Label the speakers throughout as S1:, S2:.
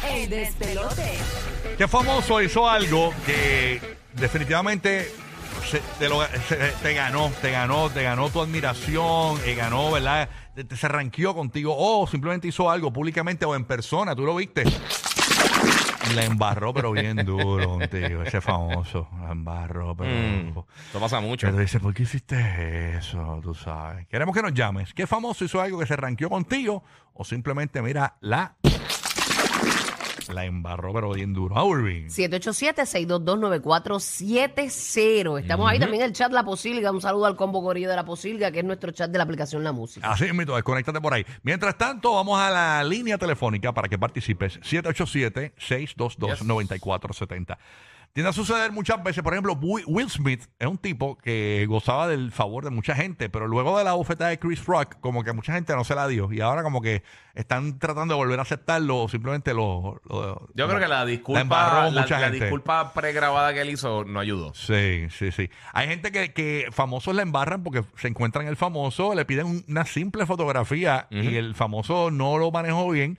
S1: El despelote.
S2: ¿Qué famoso hizo algo que definitivamente se- te, lo- se- te ganó, te ganó, te ganó tu admiración, eh, ganó, ¿verdad? Te- te- se ranqueó contigo o simplemente hizo algo públicamente o en persona, tú lo viste. Y La embarró, pero bien duro contigo, ese famoso. La embarró, pero.
S3: Esto pasa mucho.
S2: Mm. Pero dice, ¿por qué hiciste eso? Tú sabes. Queremos que nos llames. ¿Qué famoso hizo algo que se ranqueó contigo? O simplemente, mira, la. La embarró, pero bien duro. Ah, Aurbin.
S4: 787-622-9470. Estamos ahí también en el chat La Posilga. Un saludo al combo gorillo de La Posilga, que es nuestro chat de la aplicación La Música.
S2: Así es, mito, desconéctate por ahí. Mientras tanto, vamos a la línea telefónica para que participes. 787-622-9470. Tiende a suceder muchas veces, por ejemplo, Wi- Will Smith es un tipo que gozaba del favor de mucha gente, pero luego de la bofetada de Chris Rock, como que mucha gente no se la dio. Y ahora como que están tratando de volver a aceptarlo o simplemente lo... lo-
S3: Yo
S2: lo-
S3: creo que la disculpa,
S2: embarró
S3: la,
S2: mucha
S3: la
S2: gente.
S3: disculpa pregrabada que él hizo no ayudó.
S2: Sí, sí, sí. Hay gente que, que famosos la embarran porque se encuentran el famoso, le piden un- una simple fotografía y el famoso no lo manejó bien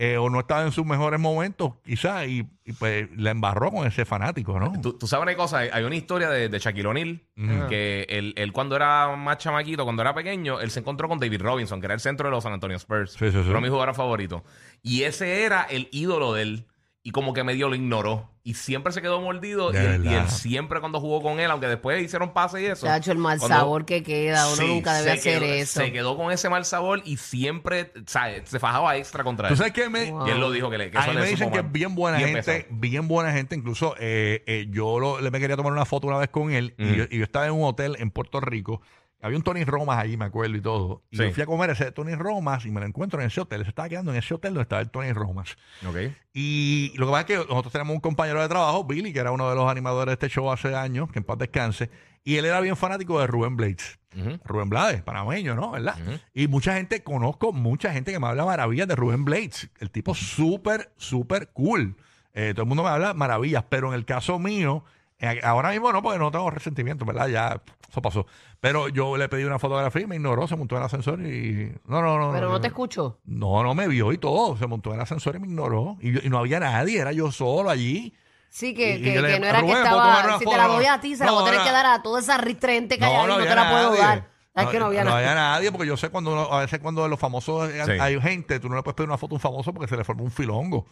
S2: eh, o no estaba en sus mejores momentos, quizás, y, y, pues la embarró con ese fanático, ¿no?
S3: Tú, tú sabes una cosa, hay- hay una historia de, de Shaquille O'Neal, que él, él cuando era más chamaquito, cuando era pequeño, él se encontró con David Robinson, que era el centro de los San Antonio Spurs,
S2: Sí, sí, sí.
S3: era mi jugador favorito. Y ese era el ídolo de él, y como que medio lo ignoró, y siempre se quedó mordido, y
S2: De
S3: él, y
S2: verdad.
S3: él siempre cuando jugó con él, aunque después hicieron pase y eso.
S4: Chacho, el mal
S3: cuando-
S4: sabor que queda. Uno
S3: Sí,
S4: nunca debe
S3: se
S4: hacer
S3: quedó-
S4: eso.
S3: Se quedó con ese mal sabor y siempre o sea, se fajaba extra contra
S2: ¿Tú
S3: él.
S2: sabes que me,
S4: Wow.
S3: Y él lo dijo que, le, que
S2: a
S3: eso
S2: mí
S3: le
S2: me dicen
S3: supo
S2: que
S3: mal.
S2: es bien buena gente,
S3: pesado.
S2: bien buena gente. Incluso eh, eh, yo lo- le me quería tomar una foto una vez con él y,
S3: Mm.
S2: yo, y yo estaba en un hotel en Puerto Rico. Había un Tony Romas ahí, me acuerdo, y todo. Y
S3: Sí.
S2: yo fui a comer ese Tony Romas y me lo encuentro en ese hotel. Se estaba quedando en ese hotel donde estaba el Tony Romas.
S3: Ok.
S2: Y lo que pasa es que nosotros tenemos un compañero de trabajo, Billy, que era uno de los animadores de este show hace años, que en paz descanse, y él era bien fanático de Rubén Blades.
S3: Ujú.
S2: Rubén Blades, panameño, ¿no? ¿Verdad?
S3: Ujú.
S2: Y mucha gente, conozco mucha gente que me habla maravillas de Rubén Blades. El tipo súper, súper cool. Eh, todo el mundo me habla maravillas, pero en el caso mío, eh, ahora mismo no, porque no tengo resentimiento, ¿verdad? Ya, eso pasó. Pero yo le pedí una fotografía y me ignoró, se montó en el ascensor y... No, no, no.
S4: Pero no
S2: yo-
S4: te escucho.
S2: no, no me vio y todo. Se montó en el ascensor y me ignoró. Y, yo- y no había nadie, era yo solo allí.
S4: Sí, que,
S2: Y- y
S4: que-
S2: yo le-
S4: que no era que
S2: Rubén, ¿puedo tomar pues, una
S4: estaba. Si te la
S2: foto?
S4: doy a ti, se la
S2: No,
S4: voy a tener
S2: no.
S4: que dar a toda esa ristrente que hay ahí. No te la puedo
S2: nadie.
S4: dar. Es que no había nada.
S2: nadie, porque yo sé cuando uno- a veces cuando los famosos eh, hay gente, tú no le puedes pedir una foto a un famoso porque se le formó un filongo.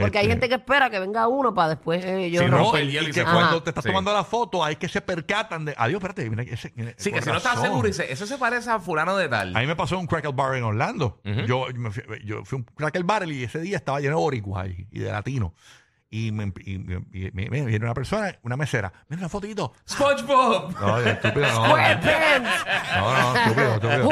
S4: Porque hay
S2: Este,
S4: gente que espera que venga uno para después eh, yo
S3: Sí,
S2: no,
S3: rompe el
S2: y-
S3: hielo
S2: y
S3: y
S2: que
S3: se
S4: fue.
S2: cuando
S4: Ajá.
S2: te estás
S3: Sí.
S2: tomando la foto, hay que se percatan de. Adiós, espérate, mira ese. mira,
S3: Sí, que
S2: con
S3: si no estás
S2: razón.
S3: seguro, dice, eso se parece a fulano de tal.
S2: A mí me pasó un crackle bar en Orlando. yo, me fui, yo fui a un crackle bar y ese día estaba lleno de boricuas ahí y de latinos. Y me, y, y- y- me- me viene una persona, una mesera, mira una fotito.
S3: SpongeBob.
S2: No, estúpido, no.
S4: ¡Squarepants!
S2: No, no, estúpido, estúpido.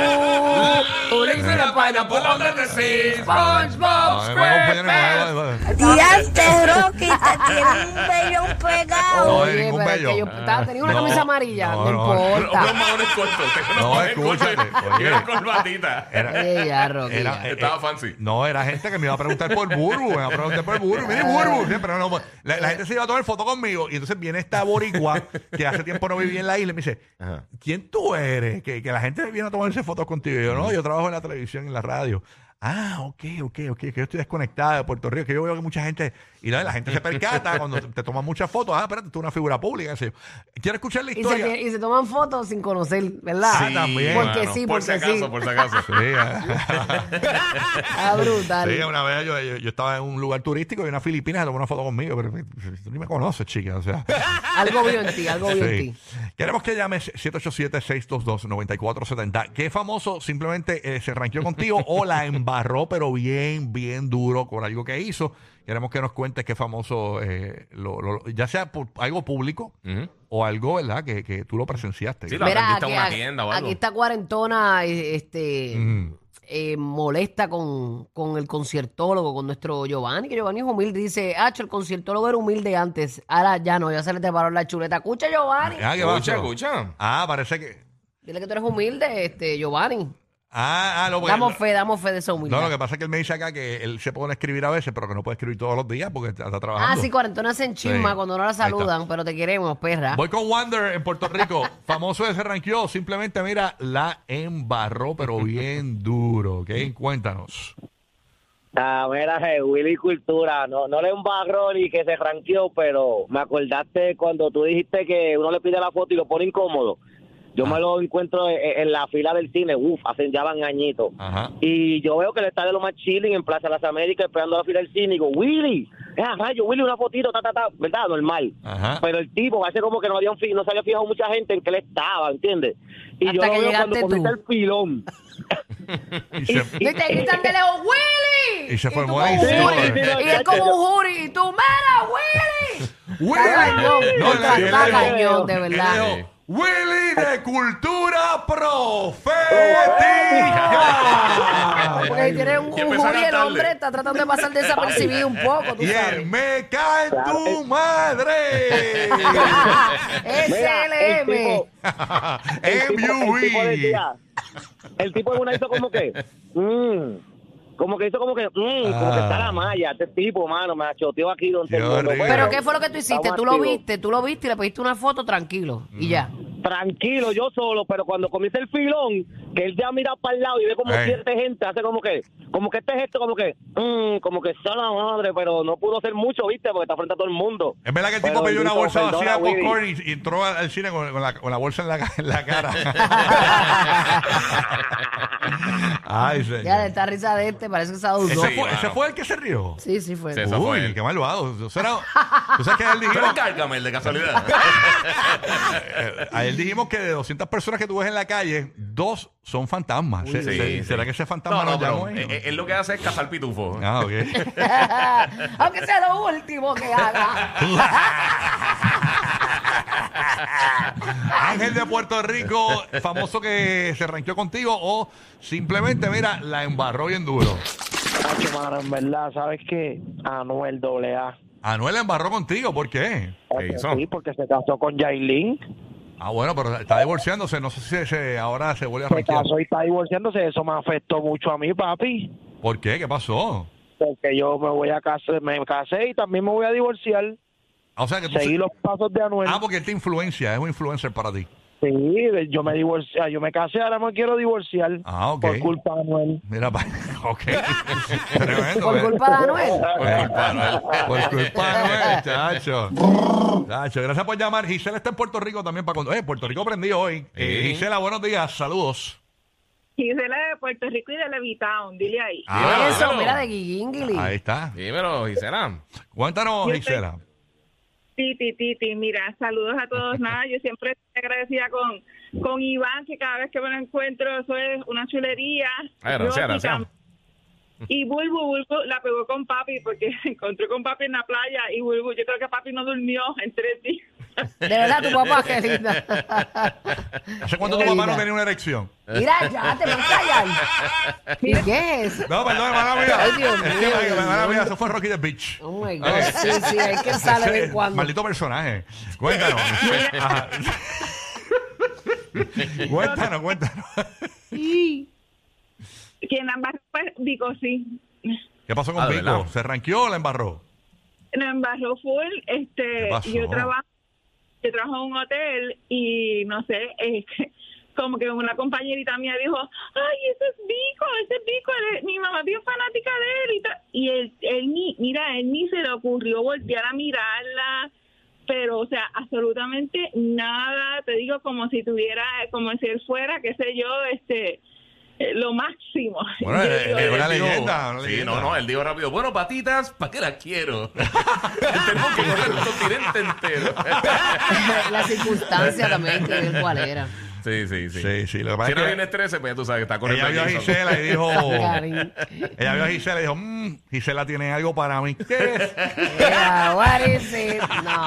S4: Uh, Ulises la Paina, por donde te sigue. SpongeBob
S2: No, pues, me voy a acompañar, me voy a-
S4: SquarePants.
S2: me voy a-
S5: Diante, Rocky, te tiene un vellón pegado.
S2: No,
S4: Oye,
S2: hay ningún
S4: pero es que
S2: bello.
S4: yo estaba- tenía una
S2: No,
S4: camisa amarilla,
S2: no,
S4: no,
S2: no.
S3: Los
S4: importa.
S3: maones cortos. tengo unos
S2: No,
S3: maones cortos
S2: escúchate,
S3: Y
S2: oye.
S3: una corbatita.
S2: Era-
S4: Ey, ya, Rocky,
S2: era-
S4: ya.
S2: eh,
S3: Estaba
S2: eh,
S3: fancy.
S2: No, era gente que me iba a preguntar por Burbu, me iba a preguntar por Burbu, mire Burbu, siempre, no, no, la, la gente se iba a tomar foto conmigo y entonces viene esta boricua que hace tiempo no vivía en la isla y me dice,
S3: Ajá.
S2: ¿quién tú eres? Que, que la gente viene a tomarse fotos contigo. Y yo, no, yo trabajo en la televisión, en la radio. Ah, ok, ok, ok, que yo estoy desconectada de Puerto Rico, que yo veo que mucha gente, y la, la gente se percata cuando te toman muchas fotos, ah, espérate, tú eres una figura pública, qué sé yo. quiero escuchar la
S4: Y se,
S2: historia.
S4: tie- y se toman fotos sin conocer, ¿verdad?
S2: Sí, ah, también.
S4: Porque
S3: mano,
S4: sí,
S3: Por si
S4: porque
S3: acaso,
S4: sí.
S3: por si acaso.
S2: Sí, ah.
S4: Ah, brutal.
S2: Sí, una vez yo, yo- yo estaba en un lugar turístico y una filipina se tomó una foto conmigo, pero me- tú ni me conoces, chica. O sea,
S4: Algo vio en ti, algo vio en
S2: sí.
S4: ti.
S2: Queremos que llames 787-622-9470. ¿Qué famoso simplemente eh, se ranqueó contigo o la embarró, pero bien, bien duro con algo que hizo? Queremos que nos cuentes qué famoso, eh, lo- lo- ya sea por algo público
S3: Ujú.
S2: o algo, ¿verdad? Que, que tú lo presenciaste.
S3: Sí, lo-
S4: Mira,
S3: aprendiste
S4: aquí,
S3: en una tienda o algo.
S4: aquí está cuarentona eh, este,
S2: Mm.
S4: eh, molesta con, con el conciertólogo, con nuestro Giovanni, que Giovanni es humilde. Dice, Hacho, el conciertólogo era humilde antes. Ahora ya no, ya se le te paró la chuleta. Escucha, Giovanni.
S2: Ah, ¿qué
S3: Escucha,
S2: pasó?
S3: escucha.
S2: Ah, parece que...
S4: Dile que tú eres humilde, este, Giovanni.
S2: Ah, ah, no, porque-
S4: Damos fe, damos fe de esa humildad.
S2: No, lo que pasa es que él me dice acá que él se pone a escribir a veces, pero que no puede escribir todos los días porque está, está trabajando.
S4: Ah, sí, cuarentona se enchisma
S2: Sí.
S4: cuando no la
S2: Ahí está.
S4: saludan, pero te queremos, perra.
S2: Voy con Wander en Puerto Rico. Famoso de ese ranqueó. Simplemente, mira, la embarró, pero bien duro. ¿Ok? Cuéntanos.
S1: Ah, mira, eh, Willy Cultura, no, no le un barrón y que se ranqueó, pero me acordaste cuando tú dijiste que uno le pide la foto y lo pone incómodo. Yo
S4: Ah.
S1: me lo encuentro e, en, en la fila del cine, uff, hacen ya van añitos.
S3: Ajá.
S1: Y yo veo que le está de lo más chilling en Plaza de las Américas esperando a la fila del cine y digo, Willy, ah, rayo, Willy, una fotito, ta, ta, ta, ¿verdad? Normal.
S2: Ajá.
S4: Pues,
S1: Pero el tipo parece como que no, había un fi- no se había fijado mucha gente en que él estaba, ¿entiendes? Y
S4: Hasta que
S1: yo lo veo cuando
S4: llegaste
S1: comienza
S4: tú.
S1: el pilón.
S2: Y se-
S4: Y te gritan de lejos, Willy.
S2: Y se fue
S4: tú
S2: muy
S4: como un
S1: encima.
S4: Juri.
S1: Sí, sí, sí,
S4: Y es
S1: sí,
S4: como
S1: sí.
S4: un jury. Y tú, mira, Willy. Está cañón,
S2: No,
S4: está-
S2: él-
S4: está
S2: él-
S4: cañón, de
S2: él
S4: verdad.
S2: dijo, Willy de cultura
S4: Oh,
S1: Ah,
S2: profética.
S4: Porque tiene un,
S3: Y
S4: un
S3: empezó a
S4: jury, el
S3: cantarle.
S4: hombre está tratando de pasar desapercibido un poco, tú
S2: Y
S4: sabes. eh.
S2: él me cae en tu madre.
S1: Mira, el
S4: SLM.
S1: tipo- El tipo- el tipo
S2: MUV.
S1: decía- El tipo de una hizo como que, mm, como que hizo como que, mm, como que
S2: Ah.
S1: está la malla. Este tipo, mano, me achoteó aquí donde
S2: Qué
S1: el mundo.
S2: horrible.
S4: Pero ¿qué fue lo que tú hiciste?
S1: estamos
S4: Tú lo
S1: activos.
S4: viste, tú lo viste y le pediste una foto tranquilo. Y ya.
S1: Mm, Tranquilo, yo solo, pero cuando comienza el filón, que él ya mira para el lado y ve como
S2: Ey.
S1: siete gente, hace como que, como que este gesto, como que, mm, como que está la madre, pero no pudo hacer mucho, viste, porque está frente a todo el mundo.
S2: Es verdad que el tipo
S1: Pero
S2: pidió una
S1: bendito,
S2: bolsa vacía pues, de
S1: perdona, Willy.
S2: popcorn y, y entró al, al cine con, con la, con la bolsa en la, ca- en la cara. Ay, señor.
S4: Ya de esta risa de este parece que se adultó.
S2: ¿Ese,
S3: Sí,
S2: fue, ese
S3: mano.
S2: fue el que se rió?
S4: Sí, sí fue.
S3: Sí,
S4: él.
S3: Ese fue
S2: Uy,
S3: él.
S2: qué malvado. Eso era- ¿Tú sabes que a él
S3: Tú eres
S2: dijimos?
S3: Gargamel, de casualidad.
S2: Eh, A él dijimos que de 200 personas que tú ves en la calle, dos son fantasmas. Se-
S3: Sí,
S2: se-
S3: sí.
S2: ¿Será que ese fantasma
S3: No, no,
S2: lo llamó
S3: pero
S2: ahí?
S3: eh, eh, él lo que hace es cazar pitufo.
S2: Ah, ok.
S4: Aunque sea lo último que haga.
S2: Ángel de Puerto Rico, famoso que se ranqueó contigo o simplemente, mira, la embarró bien duro.
S1: Hacho, mano, en verdad, ¿sabes qué? Anuel AA.
S2: Anuel la embarró contigo, ¿por qué?
S3: ¿Qué hizo?
S1: Sí, porque se casó con Jailin.
S2: Ah, bueno, pero está divorciándose, no sé si se- ahora se vuelve a
S1: Se
S2: ranquear.
S1: casó y está divorciándose. Eso me afectó mucho a mí, papi.
S2: ¿Por qué? ¿Qué pasó?
S1: Porque yo me voy a casar, me casé y también me voy a divorciar.
S2: Ah, O sea, que tú...
S1: Seguí
S2: se-
S1: los pasos de Anuel.
S2: Ah, porque él te influencia, es un influencer para ti.
S1: Sí, yo me divorcié, yo me casé, ahora me quiero divorciar.
S2: Ah, ok.
S1: Por culpa de Anuel.
S2: Mira, pa- ok. Tremendo.
S4: Por
S2: ¿eh?
S4: culpa de Anuel.
S3: Por culpa, ¿no?
S2: Por culpa, no, eh, chacho. Chacho, gracias por llamar. Gisela está en Puerto Rico también para cuando. Eh, Puerto Rico prendido hoy. Eh,
S3: Sí.
S2: Gisela, buenos días, saludos.
S6: Gisela de Puerto Rico y de Levitown, dile ahí.
S3: Ah,
S4: Eso,
S3: bueno.
S4: mira, de Guiguingili.
S2: Ahí está.
S3: Dímelo, Gisela.
S2: Cuéntanos,
S6: Yo estoy-
S2: Gisela.
S6: Titi, Titi, mira, saludos a todos. Nada, yo siempre estoy agradecida con, con Iván, que cada vez que me lo encuentro, eso es una chulería.
S3: Ay, Ah, gracias,
S6: Yo,
S3: gracias.
S6: Cam- Y Bulbu, Bulbu la pegó con papi porque se encontró con papi en la playa y Bulbu, yo creo que papi no durmió en tres días.
S4: De verdad, tu papá, qué linda.
S2: ¿Hace cuánto
S4: Qué
S2: tu papá no
S4: linda.
S2: tenía una erección?
S4: Mira, ya te vas a callar. ¿Y qué es eso?
S2: No, perdón, hermana mía.
S4: Ay, Dios
S2: Es que,
S4: mío,
S2: hermana- hermana
S4: Dios
S2: mía,
S4: mío.
S2: eso fue Rocky the Beach.
S4: Oh my God.
S2: Ok.
S4: Sí, sí, es que sale de vez
S2: Ese
S4: en cuando.
S2: Maldito personaje. Cuéntanos. Ajá. cuéntanos, cuéntanos.
S6: Quien embarró fue Vico, pues, sí.
S2: ¿Qué pasó con
S3: Ah, de
S2: Pico?
S3: verdad.
S2: ¿Se ranqueó o la embarró?
S6: Nos embarró full,
S2: ¿Qué
S6: este,
S2: pasó?
S6: yo trabajo, yo trabajo en un hotel y no sé, este, como que una compañerita mía dijo, ay, ese es Vico, ese es Vico, él es- mi mamá es bien fanática de él y, ta- y él, él ni, mira, él ni se le ocurrió voltear a mirarla, pero o sea, absolutamente nada, te digo como si tuviera, como si él fuera, qué sé yo, este, eh, lo máximo.
S2: Bueno,
S6: Yo
S2: eh,
S6: digo,
S2: eh,
S3: Él
S2: una
S3: dijo-
S2: leyenda, una
S3: Sí,
S2: leyenda.
S3: no, no, él dijo rápido. Bueno, patitas, ¿para qué las quiero? Tengo que correr el continente entero.
S4: La circunstancia también, que ver cuál era.
S3: sí, sí, sí.
S2: Sí, sí, lo que pasa
S3: si
S2: es
S3: era
S2: que-
S3: viernes 13, pues ya tú sabes que está corriendo
S2: Ella vio a
S3: aquí, son-
S2: Gisela y dijo.
S4: Karin.
S2: Ella vio a Gisela y dijo, mmm, Gisela tiene algo para mí. ¿Qué es?
S4: Mira, what is it? No.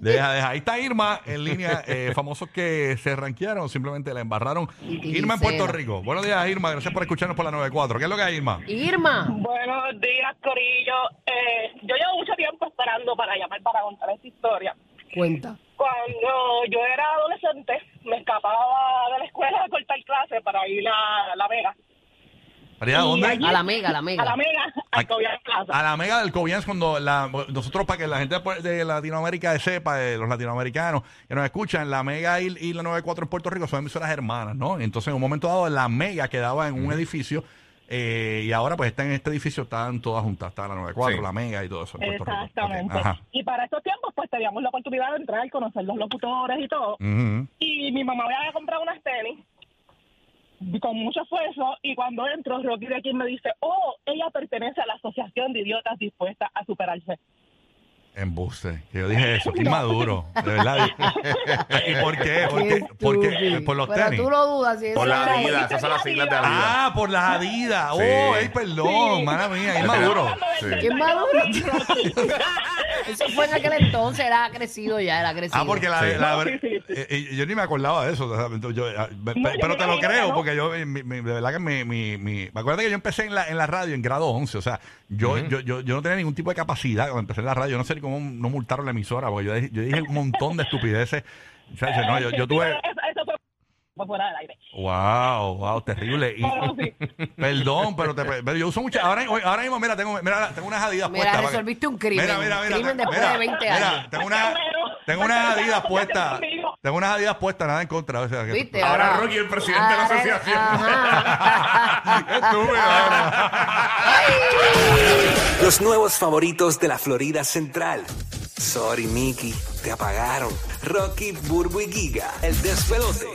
S2: Deja, deja. Ahí está Irma en línea, eh, famosos que se ranquearon, simplemente la embarraron.
S4: Y
S2: Irma
S4: Gisela.
S2: en Puerto Rico. Buenos días, Irma. Gracias por escucharnos por la 94. ¿Qué es lo que hay, Irma?
S4: Irma.
S7: Buenos días, Corillo. Eh, yo llevo mucho tiempo esperando para llamar para contar esta historia.
S4: Cuenta.
S7: Cuando yo era adolescente, me escapaba de la escuela a cortar clases para ir a La Vega.
S2: ¿Para dónde?
S4: A la mega, a la mega.
S7: A La Vega, a
S2: Ay.
S7: Cobian Plaza.
S2: A la mega del Cobians, cuando la- nosotros, para que la gente pues, de Latinoamérica sepa, de los latinoamericanos que nos escuchan, la mega y, y la 94 en Puerto Rico son emisoras hermanas, ¿no? Entonces, en un momento dado, la mega quedaba en un edificio Eh, y ahora pues están en este edificio, están todas juntas, está la 94,
S3: Sí.
S2: la Mega y todo eso. en Ah, Puerto Rico.
S6: Exactamente.
S2: Ok, Ajá.
S6: Y para esos tiempos, pues teníamos la oportunidad de entrar, conocer los locutores y todo.
S2: Ujú.
S6: Y mi mamá me había comprado unas tenis con mucho esfuerzo y cuando entro, Rocky de aquí me dice, oh, ella pertenece a la Asociación de Idiotas Dispuestas a Superarse.
S2: Embuste. Que yo dije eso, qué inmaduro. De verdad. ¿Y por qué? ¿Por qué? ¿Por qué?
S4: estúpido.
S2: eh, Por los
S4: Pero
S2: tenis.
S4: tú lo dudas. Si
S3: Por
S4: eso
S3: la
S4: era-
S3: Adidas, esas son las siglas de Adidas.
S2: Ah, por las Adidas.
S3: Sí.
S2: Oh, ay, perdón,
S6: Sí.
S2: mala mía, inmaduro.
S3: Sí.
S4: ¿Qué maduro? Eso fue en aquel entonces, era crecido ya, era crecido.
S2: Ah, porque la,
S3: Sí.
S2: la-
S6: Sí, sí, sí.
S2: eh, eh, yo ni me acordaba de eso. o sea, entonces yo, ah, me-
S6: No, yo
S2: pero
S6: me
S2: te lo
S6: imagino
S2: creo,
S6: que no.
S2: porque yo, eh, mi- mi- de verdad que mi, mi, mi- me acuerdo que yo empecé en la, en la radio en grado 11, o sea, yo, yo, yo, yo no tenía ningún tipo de capacidad cuando empecé en la radio, yo no sé ni cómo no multaron la emisora, porque yo, dije- yo dije un montón de estupideces. O sea, no, yo, yo tuve...
S6: Eso, eso fue, fue fuera del aire.
S2: Wow, wow, terrible. Y-
S6: Pero sí.
S2: Perdón, pero, te, pero yo uso muchas. Ahora, ahora mismo, mira, tengo, mira, tengo unas adidas
S4: Mira,
S2: puestas. para que-
S4: resolviste un crimen,
S2: Mira, mira, mira.
S4: crimen después
S2: mira,
S4: de 20
S2: mira,
S4: años.
S2: tengo unas, tengo unas adidas puestas. Tengo unas adidas puestas, nada en contra. O sea, que-
S4: ¿Viste? Ah,
S3: Ahora Rocky, el presidente de la
S4: Ahora-
S3: asociación.
S4: Ajá.
S2: Qué estúpido, ahora.
S8: Los nuevos favoritos de la Florida Central. Sorry, Mickey, te apagaron. Rocky, Burbu y Giga, el despelote.